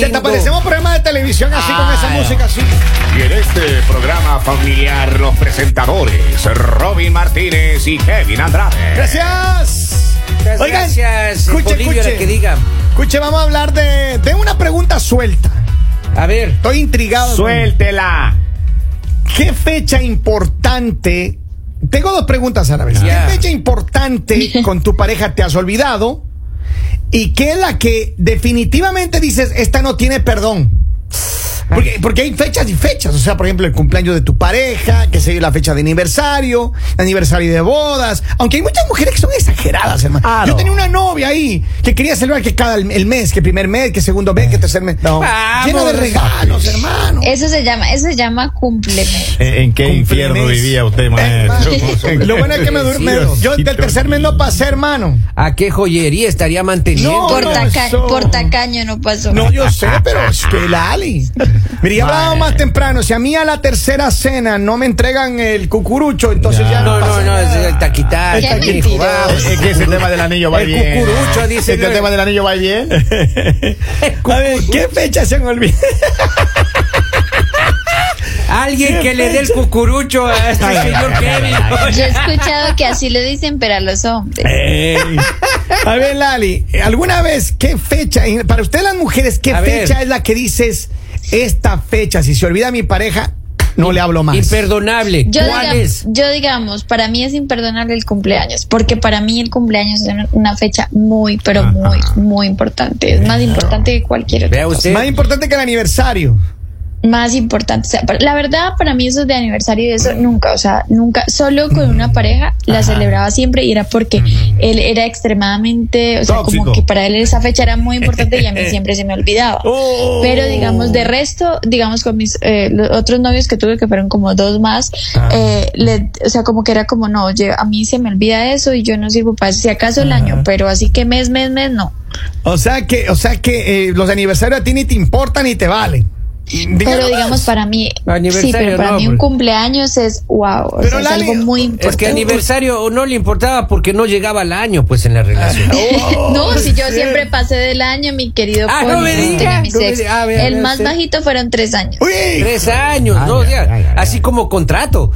Se te parecemos un programa de televisión así con esa Ay, música así. Ah, Y en este programa familiar, los presentadores Robin Martínez y Kevin Andrade. Gracias. Muchas gracias, Bolivia, la que diga. Escuche, vamos a hablar de, de una pregunta suelta. A ver, Estoy intrigado. Suéltela. ¿Qué fecha importante? Tengo dos preguntas a la vez. Ya. ¿Qué fecha importante con tu pareja te has olvidado? ¿Y qué es la que definitivamente dices, esta no tiene perdón? Porque, porque hay fechas y fechas. O sea, por ejemplo, el cumpleaños de tu pareja, que se la fecha de aniversario, aniversario de bodas. Aunque hay muchas mujeres que son exageradas, hermano. Claro. Yo tenía una novia ahí que quería celebrar que cada el, el mes, que primer mes, que segundo mes, que tercer mes. Llena de Vamos. regalos, hermano. Eso se llama, eso se llama cumplemes. Eh, ¿En, en qué Cumplemes. infierno vivía usted, maestro? Lo bueno es que me durmé. Yo del tercer mes no pasé, hermano. ¿a qué joyería estaría manteniendo? No, Por, no, taca- eso- por tacaño no pasó. No, yo sé, pero es que el Ali. Mira, ya hablábamos más temprano. Si a mí a la tercera cena no me entregan el cucurucho, entonces ya, no, no, no, pasa no, nada. es el taquitá, Qué hijo, mentiroso. vamos. Es que ese tema del anillo va El bien. cucurucho, dice, Este no. tema del anillo va bien. A ver, ¿qué fecha se han olvidado? Alguien que le dé el cucurucho a este señor Kevin. Yo he escuchado que así lo dicen, pero a los hombres. A ver, Lali, ¿alguna vez qué fecha, y para usted las mujeres, qué A ver. fecha es la que dices esta fecha? Si se olvida mi pareja, no le hablo más. Imperdonable. Yo, ¿Cuál diga- es? yo digamos, para mí es imperdonable el cumpleaños, porque para mí el cumpleaños es una- una fecha muy, pero muy, muy importante. Es más importante que cualquier Ah, otra. Vea usted. Más importante que el aniversario. más importante. O sea, para- la verdad, para mí eso de aniversario y eso nunca, o sea, nunca, solo con una pareja la celebraba siempre y era porque él era extremadamente, o sea, Tóxico. como que para él esa fecha era muy importante y a mí siempre se me olvidaba. Pero digamos, de resto, digamos con mis eh, los otros novios que tuve, que fueron como dos más, eh, le- o sea, como que era como, no, yo- a mí se me olvida eso y yo no sirvo para eso, si acaso el año, pero así que mes, mes, mes, no. O sea que, o sea que eh, los aniversarios a ti ni te importan ni te valen. Pero Dígalo digamos más. para mí, sí, Aniversario, pero para no, mí un porque- cumpleaños es wow, o Pero, sea, es Lali, algo muy es importante. Es que aniversario no le importaba porque no llegaba al año, pues, en la relación. no, si yo siempre pasé del año, mi querido Oh, Ah, Poli, no me tenía diga, mis no me ex. diga. Ah, vea, El vea más usted. bajito fueron tres años. Uy, Tres años, ¿no? O sea, así como contrato.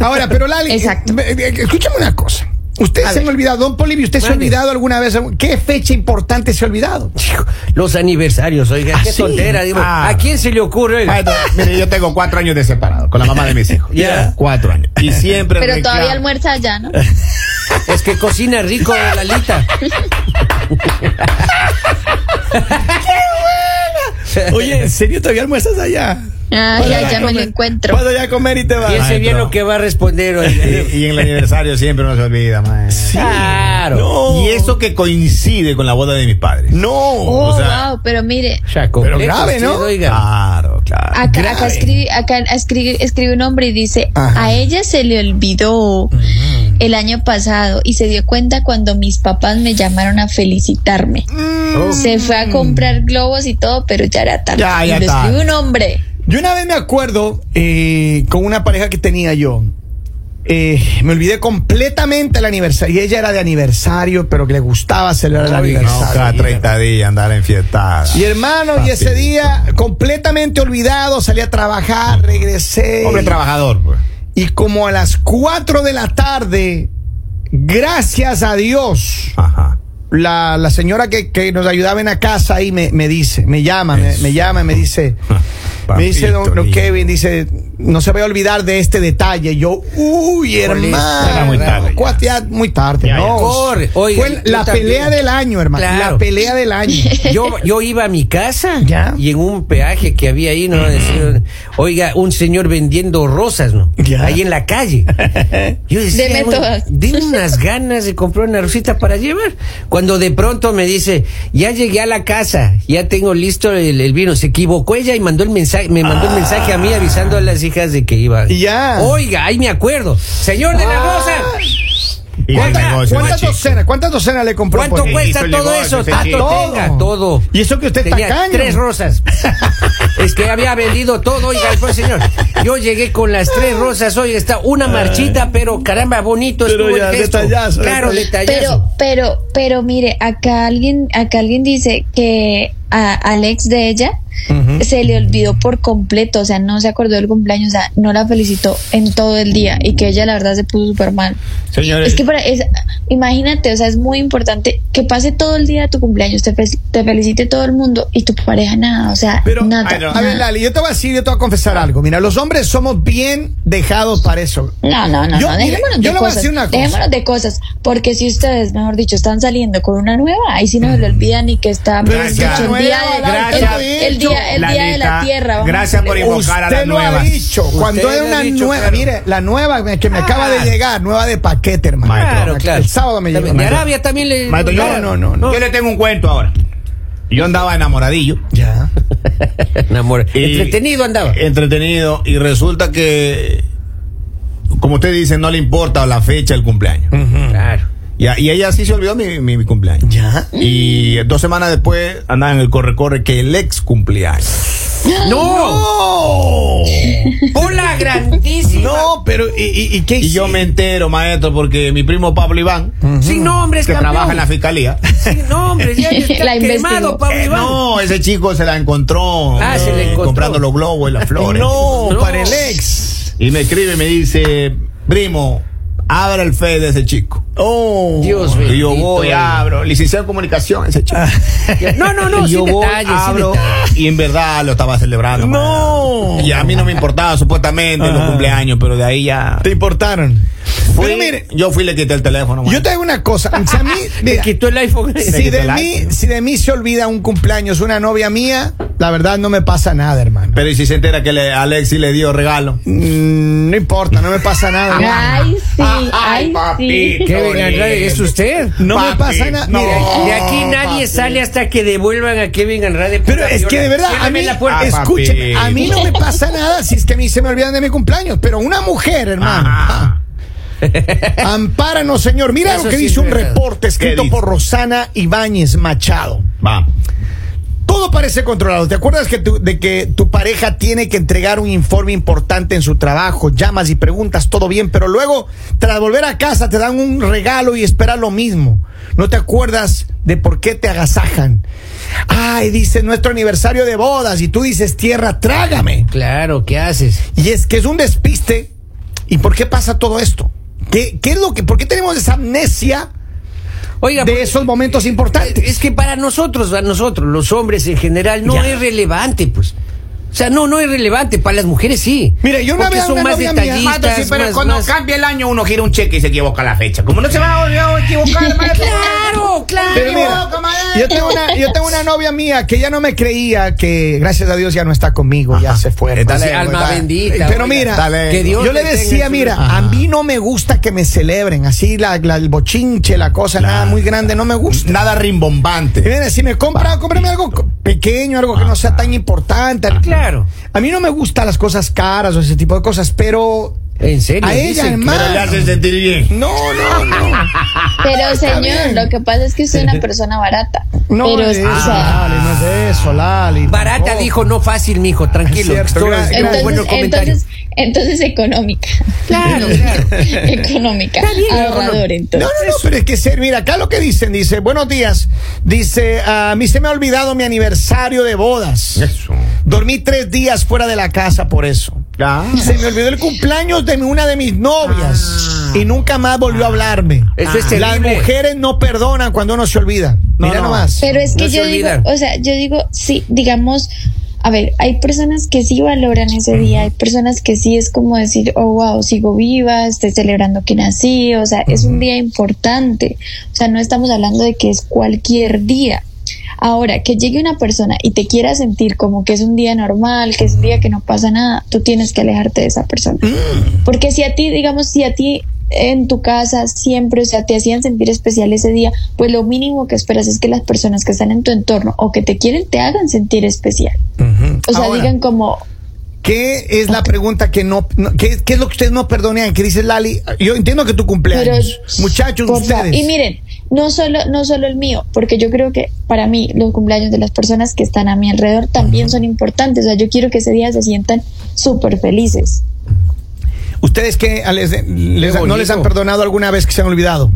ahora, pero Lali, Exacto. eh, eh, escúchame una cosa. Usted se han olvidado, don Polivio, ¿usted se ha Mande. olvidado alguna vez? ¿Qué fecha importante se ha olvidado? Hijo, Los aniversarios, oiga, qué sí? tontera. Digo, Ah. ¿A quién se le ocurre? oiga? Maestro, mire, yo tengo cuatro años de separado con la mamá de mis hijos. Ya. Cuatro años. Y siempre. Pero reclamo. todavía almuerza allá, ¿no? Es que cocina rico eh, la Lita. Oye, ¿en serio todavía almuerzas allá? Ah, ¿Cuándo ya, vas a ya me lo comer? encuentro. ¿Cuándo ya a comer y te vas? Piense bien Maestro. lo que va a responder hoy. Y, y en el aniversario siempre no se olvida, maestro. Claro. No. Y eso que coincide con la boda de mis padres. No. Oh, o sea- wow, pero mire, Ya, completo grave, ¿no? usted, Oiga. Claro, claro. ah, acá, acá escribe, acá escribe, escribe un hombre y dice, Ajá. a ella se le olvidó el año pasado y se dio cuenta cuando mis papás me llamaron a felicitarme. Se fue a comprar globos y todo, pero ya era tarde. Ya, ya y lo tarde. escribe un hombre. Yo una vez me acuerdo eh, con una pareja que tenía yo. eh, me olvidé completamente el aniversario. Y ella era de aniversario, pero que le gustaba celebrar el Oiga, no, aniversario. cada 30 días andar enfiestada. Y hermano, y ese Papito. día completamente olvidado, salí a trabajar, regresé. Hombre trabajador, pues. y como a las 4 de la tarde, gracias a Dios, Ajá. la, la señora que, que nos ayudaba en la casa ahí me, me dice, me llama, me, Eso. me llama y me dice, me dice don, don Papito lindo. Kevin, dice, no se vaya a olvidar de este detalle. Y Yo, uy, hermano. era muy tarde ya. cuate, ya muy tarde, Ya, ya. no. Corre, oiga, Fue yo la también. pelea del año, hermano. La Claro. pelea del año. Yo, yo iba a mi casa Ya. y en un peaje que había ahí, ¿no? Decía, oiga, un señor vendiendo rosas, ¿no? Ya. Ahí en la calle. Yo decía, Deme bueno, todas. deme unas ganas de comprar una rosita para llevar. Cuando de pronto me dice, ya llegué a la casa, ya tengo listo el, el vino. Se equivocó ella y mandó el mensaje, me mandó el mensaje a mí avisando a las hijas de que iba. Ah. Ya. Oiga, ahí me acuerdo. Señor de la Ah. rosa. Y el ¿Cuánta- negocio, ¿Cuántas macho. docenas? ¿Cuántas docenas le compró? ¿Cuánto por ahí? cuesta hizo el todo negocio, eso? ese Tanto chico. tenga, todo. Y eso que usted está Tenía tacaño. tres rosas. es que había vendido todo, oiga, el señor. Yo llegué con las tres rosas, oiga, está una marchita, pero caramba, bonito Pero estuvo ya, el gesto. detallazo, claro, detallazo. Pero, pero, pero mire, acá alguien, acá alguien dice que a- al ex de ella se le olvidó por completo, o sea, no se acordó del cumpleaños, o sea, no la felicitó en todo el día y que ella la verdad se puso súper mal. Señores. Es que para, es, imagínate, o sea, es muy importante que pase todo el día de tu cumpleaños, te, fe- te felicite todo el mundo y tu pareja nada, o sea, Pero, nada. ay, no. a nada. ver, Lali, yo te voy a decir, yo te voy a confesar algo. Mira, los hombres somos bien dejados para eso. No, no, no, Yo, no, mire, dejémonos yo le de voy a cosas. decir una cosa. Dejémonos de cosas, porque si ustedes, mejor dicho, están saliendo con una nueva, ahí sí no se le olvidan ni que está Mm. Pero es que mejor dicho, la el día nueva, de- la- el- ya lo el, he dicho, día, el día de la Lalita, tierra. vamos a gracias por ponerle. invocar a Usted las lo ha nuevas. dicho. Cuando Usted era lo ha una dicho, nueva, claro. Ah. mire, la nueva que me acaba de llegar, nueva de paquete, hermano. Maestro. Claro, claro. El sábado me llegó. También, De Arabia también le. Maestro, yo- Claro. no, no, no. Yo le tengo un cuento ahora. Yo andaba enamoradillo. Ya. Eh, Enamora- Y- Entretenido andaba. Entretenido. Y resulta que, como usted dice, no le importa la fecha del cumpleaños. Claro. Y, a- y ella sí se olvidó mi, mi- mi cumpleaños. Ya. Y dos semanas después andaba en el corre-corre que el ex cumpleaños. ¡No! ¡Hola, grandísima! No, pero ¿y, y, y qué Y yo me entero, maestro, porque mi primo Pablo Iván, Sin nombres, que campeón. trabaja en la fiscalía. Sin nombres, ya está La quemado, investigó. Pablo Eh, Iván. no, ese chico se la encontró. Ah, eh, se la encontró. Comprando los globos y las flores. No, No. para el ex. Y me escribe y me dice, primo, abra el fe de ese chico. Oh. Dios Y bendito. yo eh. voy, abro, licenciado en comunicación, ese chico. No, no, no, Y yo sin voy, detalles, sin abro, detalles. y en verdad lo estaba celebrando. No. man. Y a mí no me importaba supuestamente los Ah. cumpleaños, pero de ahí ya... Te importaron. Fui, Pero mire, yo fui y le quité el teléfono. man. yo te digo una cosa. Si a mí, Me mira, quitó el iPhone. si, quitó de el mí, iPhone. si de mí se olvida un cumpleaños, una novia mía, la verdad no me pasa nada, hermano. Pero y si se entera que le, Alexi le dio regalo. Mm, no importa, no me pasa nada. Ay, sí, Ah, ay, sí. papito ¿Qué venga, lindo. ¿Es usted? No me Papi, pasa nada. no. Mira, De aquí nadie papi. sale hasta que devuelvan a Kevin Andrade. Pero es que de verdad, a Ciérrame mí, la puerta. Ah, escúcheme, papi. a mí no me pasa nada si es que a mí se me olvidan de mi cumpleaños, pero una mujer, hermano. Ajá. ah, Ampáranos, señor. Mira Eso lo que sí dice es un verdad. reporte escrito dice? por Rosana Ibáñez Machado. Va. Todo parece controlado. ¿Te acuerdas que tu- de que tu pareja tiene que entregar un informe importante en su trabajo? Llamas y preguntas, todo bien, pero luego, tras volver a casa, te dan un regalo y esperas lo mismo. No te acuerdas de por qué te agasajan. Ay, dice nuestro aniversario de bodas y tú dices, tierra, trágame. Claro, ¿qué haces? Y es que es un despiste. ¿Y por qué pasa todo esto? ¿Qué, qué es lo que, por qué tenemos esa amnesia Oiga, de pues, eh, esos momentos importantes? es que para nosotros, a nosotros, los hombres en general, no Ya. es relevante, pues. O sea, no, no es relevante. Para las mujeres sí. Mira, yo una Porque vez a son una más novia mía- detallistas. Mato, sí, pero más- cuando más- cambia el año uno gira un cheque y se equivoca la fecha. Como no se va a volver a equivocar, maestro. Claro, claro. Pero mira, yo tengo, una, yo tengo una novia mía que ya no me creía que, gracias a Dios, ya no está conmigo, ya se fue. Eh, dale, Sí, alma bendita, Pero oiga, mira, dale. Que Dios yo te le tenga en decía, su- mira, Ajá. a mí no me gusta que me celebren, así la, la- el bochinche, la cosa, nada muy grande, no me gusta. Nada Y rimbombante. mira, si me compra, cómprame algo co- pequeño, algo que no sea tan importante. Claro. A mí no me gustan las cosas caras o ese tipo de cosas, pero En serio. a ella, dicen que- hermano. Pero le hace sentir bien. No, no, no. Pero señor, bien. lo que pasa es que soy una persona barata. No, pero, es o eso, sea, Lali, no es de eso, Lali. Barata tampoco. dijo, no fácil, mijo, tranquilo. Oh. Es cierto, Esto gra- es un gracias. buen entonces, comentario. entonces, entonces económica. claro, claro. económica. Está bien, Ahorrador, económica. No, no, entonces. no, pero es que ser, mira, acá lo que dicen, dice, buenos días, dice, a mí se me ha olvidado mi aniversario de bodas. Eso. Dormí tres días fuera de la casa por eso. Ya. Se me olvidó el cumpleaños de mi- una de mis novias y nunca más volvió a hablarme. Eso es Las terrible. mujeres no perdonan cuando uno se olvida. No, mira no. nomás. Pero es que No se yo digo, olvidan. o sea, yo digo, sí, digamos, a ver, hay personas que sí valoran ese día, hay personas que sí es como decir, oh, wow, sigo viva, estoy celebrando que nací, o sea, es un día importante, o sea, no estamos hablando de que es cualquier día. Ahora, que llegue una persona y te quiera sentir como que es un día normal, que es un día que no pasa nada, tú tienes que alejarte de esa persona. Mm, Porque si a ti, digamos, si a ti en tu casa siempre, o sea, te hacían sentir especial ese día, pues lo mínimo que esperas es que las personas que están en tu entorno o que te quieren te hagan sentir especial. O sea, Mm. Ahora. digan como, ¿Qué es la pregunta que no, no- qué, qué es lo que ustedes no perdonan? Que dice Lali, yo entiendo que tu cumpleaños, Pero, muchachos, por favor. ustedes. Y miren, no solo, no solo el mío, porque yo creo que para mí los cumpleaños de las personas que están a mi alrededor también son importantes. O sea, yo quiero que ese día se sientan súper felices. ¿Ustedes qué, a les- les- no les bonito. han perdonado alguna vez que se han olvidado?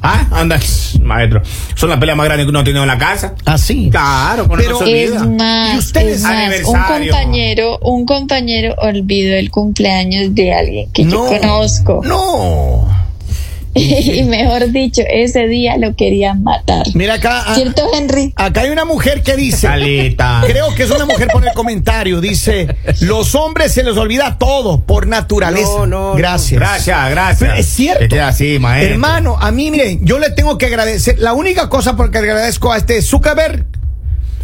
Ah, anda, maestro. Son las peleas más grandes que uno ha tenido en la casa. Ah, Así. Claro, con Pero eso se Es olvida. más, Y ustedes, es más, un aniversario. compañero, un compañero olvidó el cumpleaños de alguien que yo conozco. No. y mejor dicho, ese día lo querían matar. Mira acá. ah, ¿Cierto, Henry? Acá hay una mujer que dice. Salita. Creo que es una mujer por el comentario. Dice: Los hombres se les olvida todo por naturaleza. No, no, Gracias. Gracias, gracias. Pero es cierto. Te queda así, maestro. Hermano, a mí, miren, yo le tengo que agradecer. La única cosa por que agradezco a este Zuckerberg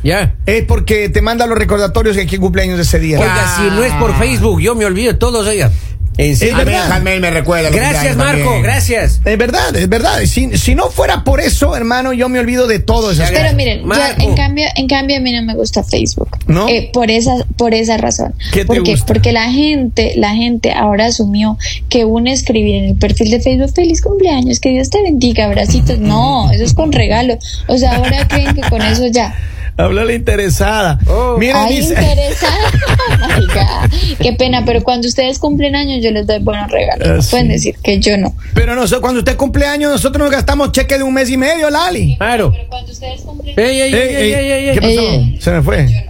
Ya. es porque te manda los recordatorios de quién cumpleaños de ese día. Oiga, si no es por Facebook, yo me olvido de todos, oiga. En Es serio. A mí verdad. Jamel me recuerda. los Gracias, cumpleaños Marco, también. gracias. Es verdad, es verdad. Si, si no fuera por eso, hermano, yo me olvido de todo. esas Pero cosas. Pero miren, yo, Marco. en cambio, en cambio a mí no me gusta Facebook. ¿No? Eh, por esa, por esa razón. ¿Qué te porque, gusta? porque la gente, la gente ahora asumió que uno escribir en el perfil de Facebook feliz cumpleaños, que Dios te bendiga, abracitos. No, eso es con regalo. O sea, ahora creen que con eso ya. Habla la interesada. Oh. Miren, Ay, dice- interesante. Oh my God. Qué pena, pero cuando ustedes cumplen años yo les doy buenos regalos. Ah, No sí. Pueden decir que yo no. Pero no, cuando usted cumple años, nosotros nos gastamos cheque de un mes y medio, Lali. Claro. Pero cuando ustedes cumplen Ey, ey, ey, ey, ey, ey. ¿Qué pasó? Ey. Se me fue.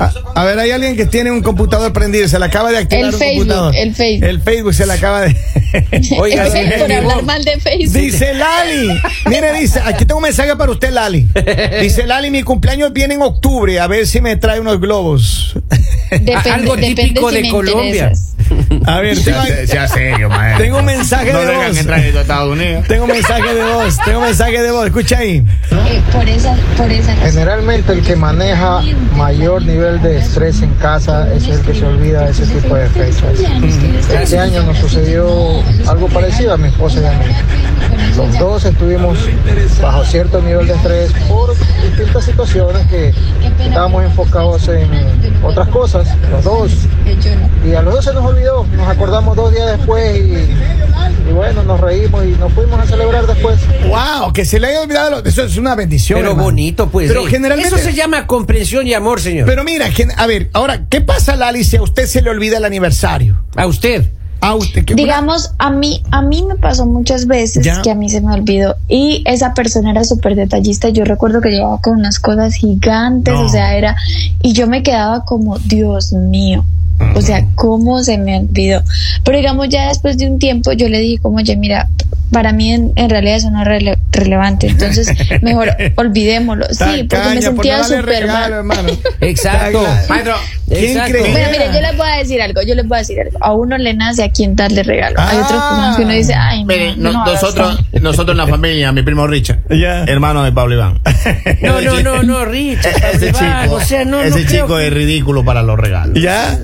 A, a ver, hay alguien que tiene un computador prendido, se le acaba de activar El un Facebook, computador. el Facebook. El Facebook se le acaba de. Oiga, don por Henry, hablar vos- mal de Facebook. Dice Lali, mire, dice, aquí tengo un mensaje para usted, Lali. Dice Lali, mi cumpleaños viene en octubre, a ver si me trae unos globos. Depende- algo depende típico si de me Colombia. interesas. A ver, Sea, se- sea serio, maestro. Tengo un mensaje no de dejan voz. entrar a Estados Unidos. tengo un mensaje de voz, tengo un mensaje de voz, escucha ahí. Eh, por esa, por esa razón. Generalmente el que maneja mayor nivel de estrés en casa es el que se olvida de ese tipo de fechas. Este año nos sucedió algo parecido a mi esposa y a mí. Los dos estuvimos bajo cierto nivel de estrés por distintas situaciones que estábamos enfocados en otras cosas, los dos. Eh, Yo no. Y a los dos se nos olvidó, nos acordamos dos días después y, y bueno, nos reímos y nos fuimos a celebrar después. Wow, que se le haya olvidado, lo- eso es una bendición. Pero hermano. bonito, pues. Pero sí. generalmente Eso se llama comprensión y amor, señor. Pero mira, gen- a ver, ahora, ¿qué pasa, Lali, si a usted se le olvida el aniversario? A usted. A usted, que- Digamos, a mí, a mí me pasó muchas veces Ya. que a mí se me olvidó. Y esa persona era súper detallista. Yo recuerdo que llevaba con unas cosas gigantes, No. o sea, era. Y yo me quedaba como, Dios mío. O sea, ¿cómo se me olvidó? Pero digamos, ya después de un tiempo, yo le dije, como, oye, mira, para mí en, en realidad eso no es rele- relevante. Entonces, mejor olvidémoslo. Sí, porque Tacaña, me por no sentía darle súper mal. regalo, hermano. Exacto. Tacaña. Maestro, ¿quién Exacto. creía? Pero mire, yo les voy a decir algo, yo les voy a decir algo. A uno le nace a quien darle regalo. Hay otras Ah. personas que uno dice, ay, no, miren, no, no- no, nosotros, basta. nosotros en la familia, mi primo Richard, Ya. hermano de Pablo Iván. No, no, no, no, Rich. Ese chico, o sea, no, no ese creo chico que- es ridículo para los regalos. ¿Ya?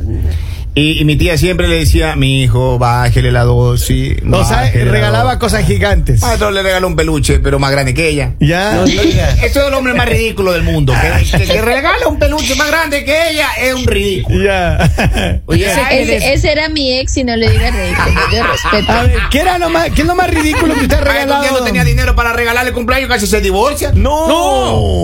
Y, y mi tía siempre le decía, mi hijo, bájele la dosis. O sea, bájele la regalaba dosis". cosas gigantes. Maestro le regaló un peluche, pero más grande que ella. ¿Ya? Eso es el hombre más ridículo del mundo. Ah. Que, que- que regala un peluche más grande que ella es un ridículo. Ya. Oye, ese que les- Ese, ese era mi ex y no le diga ridículo, yo respeto. Ah, A ver, ¿qué, era lo más, ¿qué es lo más ridículo que usted ha Maestro, un día regalado? no tenía dinero para regalarle cumpleaños, casi se divorcia. No.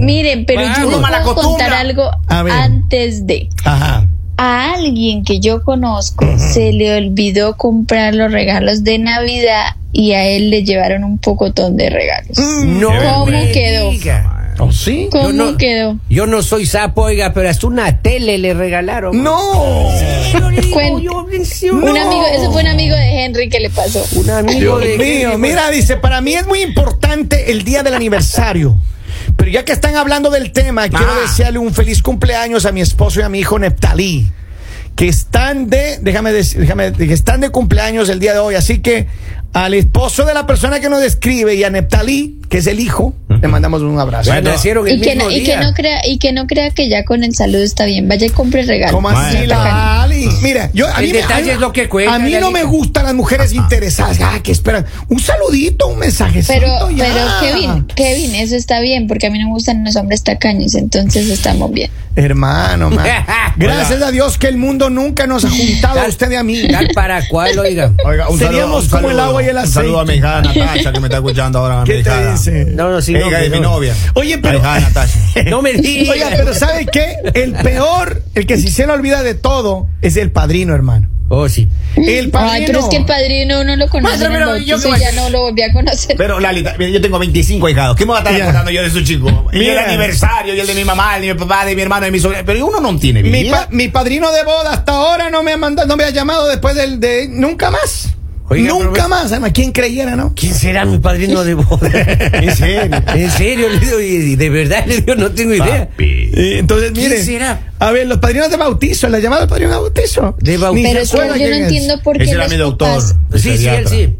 Miren, pero Ah, yo uno les mala puedo contar acostumbra. algo A ver. antes de. Ajá. A alguien que yo conozco se le olvidó comprar los regalos de Navidad y a él le llevaron un pocotón de regalos. Mm, No. ¿Cómo me quedó? diga. ¿O sí? ¿Cómo no- quedó? Yo no soy sapo, oiga, pero hasta una tele le regalaron. No. Yo le digo, Cuen- yo, venció. Un amigo, ese fue un amigo de Henry que le pasó. Un amigo de Dios Mío, mira, dice, para mí es muy importante el día del aniversario. Pero ya que están hablando del tema, quiero desearle un feliz cumpleaños a mi esposo y a mi hijo Neptalí, que están de, déjame decir, déjame, que están de cumpleaños el día de hoy. Así que al esposo de la persona que nos describe y a Neptalí, que es el hijo, le mandamos un abrazo. Bueno, nacieron el Y que, mismo no, y que día. no crea y que no crea que ya con el saludo está bien vaya y compre regalos ¿Cómo así, Bueno. la Ali? Mira, yo a El mí me- detalle a mí- es lo que cuenta, A mí no Lalita. me gustan las mujeres interesadas. Ah, que esperan. Un saludito, un mensaje. pero pero Kevin Kevin eso está bien porque a mí no me gustan los hombres tacaños entonces estamos bien Hermano, man. Gracias a Dios que el mundo nunca nos ha juntado a usted y a mí. Tal para cual, oiga. Oiga, un Seríamos saludo- un como el saludo- agua y el Un saludo a aceite. mi hija Natasha que me está escuchando ahora. mi ¿Qué te hijada. dice? No, no, sí, no, Hija de que mi no. novia. Oye, pero- La hija de Natasha. No me diga. Oiga, pero ¿sabe qué? El peor, el que si se le olvida de todo, es el padrino, hermano. Oh, sí. El padrino. Ay, pero es que el padrino uno lo conoce. Maestro, en el pero yo bautizo que y ya voy- no lo volví a conocer. Pero Lalita, mira, yo tengo 25 hijados. ¿Qué me va a estar Ya. acordando yo de su chico? Y el Mira. aniversario, y el de mi mamá, el de mi papá, de mi hermano, de mi sobrino. Pero uno no tiene mi, vida. pa- mi padrino de boda hasta ahora no me ha mandado, no me ha llamado después del de nunca más. Oiga, nunca pero- más, además, ¿quién creyera, no? ¿Quién será mi padrino de boda? ¿En serio? En serio, le digo, y de verdad le digo, no tengo idea. Papi. Y Eh, entonces, ¿Quién miren, será? a ver, los padrinos de bautizo, la llamada padrino de bautizo. De bautizo. Ni se Pero es que acuerdan yo no quién es. entiendo por qué Ese era los mi doctor. papás, el Sí, sí, él pediatra. sí.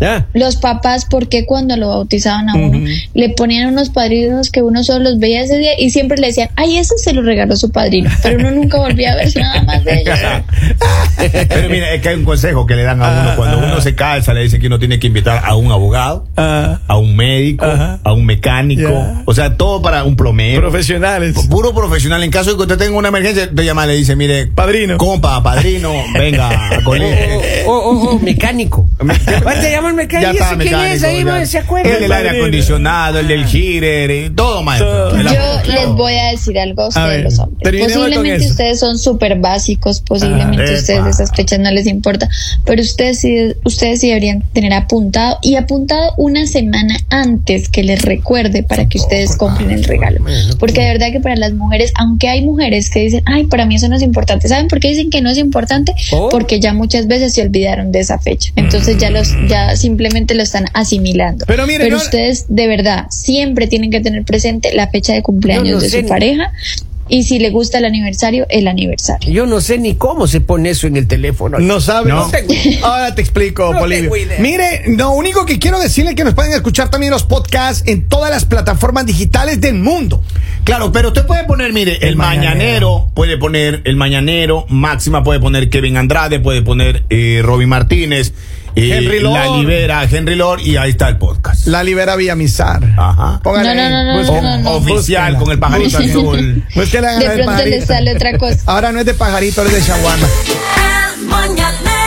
Ya. los papás, por qué cuando lo bautizaban a uno, le ponían unos padrinos que uno solo los veía ese día y siempre le decían, ay, eso se lo regaló su padrino, pero uno nunca volvía a ver nada más de ellos. Pero mira, es que hay un consejo que le dan a uno. Cuando uno se calza, le dicen que uno tiene que invitar a un abogado, Ah, a un médico, Ajá. a un mecánico. Ya. O sea, todo para un plomero. profesionales. Puro profesional. En caso de que usted tenga una emergencia, usted llama y le dice, mire, Padrino. compa, padrino, venga, Oh, con O, o, o, oh, mecánico. ¿Cuál te llaman mecánico? Ya ¿Y ese está, quién mecánico, es? Ahí ya. va, se acuerda. El del aire acondicionado, el del heater, eh, todo, maestro. Todo. El Yo abogado. les voy a decir algo a ustedes, ver, los hombres. terminemos con Posiblemente eso. ustedes son súper básicos, posiblemente Ah, ustedes epa. esas fechas no les importa, pero ustedes sí, ustedes sí deberían tener apuntado y apuntado una semana antes que les recuerde para que ustedes compren el regalo. Porque de verdad que para las mujeres, aunque hay mujeres que dicen, ay, para mí eso no es importante, ¿saben por qué dicen que no es importante? Oh. Porque ya muchas veces se olvidaron de esa fecha. Entonces ya los, ya simplemente lo están asimilando. Pero mire, yo- ustedes de verdad siempre tienen que tener presente la fecha de cumpleaños Yo no años de sé su ni- pareja y si le gusta el aniversario, el aniversario. Yo no sé ni cómo se pone eso en el teléfono. No sabe. No tengo idea. Ahora te explico, No Polibio. tengo idea. Mire, lo único que quiero decirle es que nos pueden escuchar también los podcasts en todas las plataformas digitales del mundo. Claro, pero usted puede poner, mire, el, El mañanero. Mañanero. puede poner el mañanero, Máxima puede poner Kevin Andrade, puede poner eh, Robin Martínez, eh, Henry La Lord. Libera, Henry Lord, y ahí está el podcast. La libera Villamizar. Ajá. Póngale Ah. No, no, ahí. no, no, Búsquela. O- oficial Búsquela. con el pajarito Búsquela. azul. Búsquela, De el pronto le pajarito. sale otra cosa. Ahora no es de pajarito, es de shawarma. El mañanero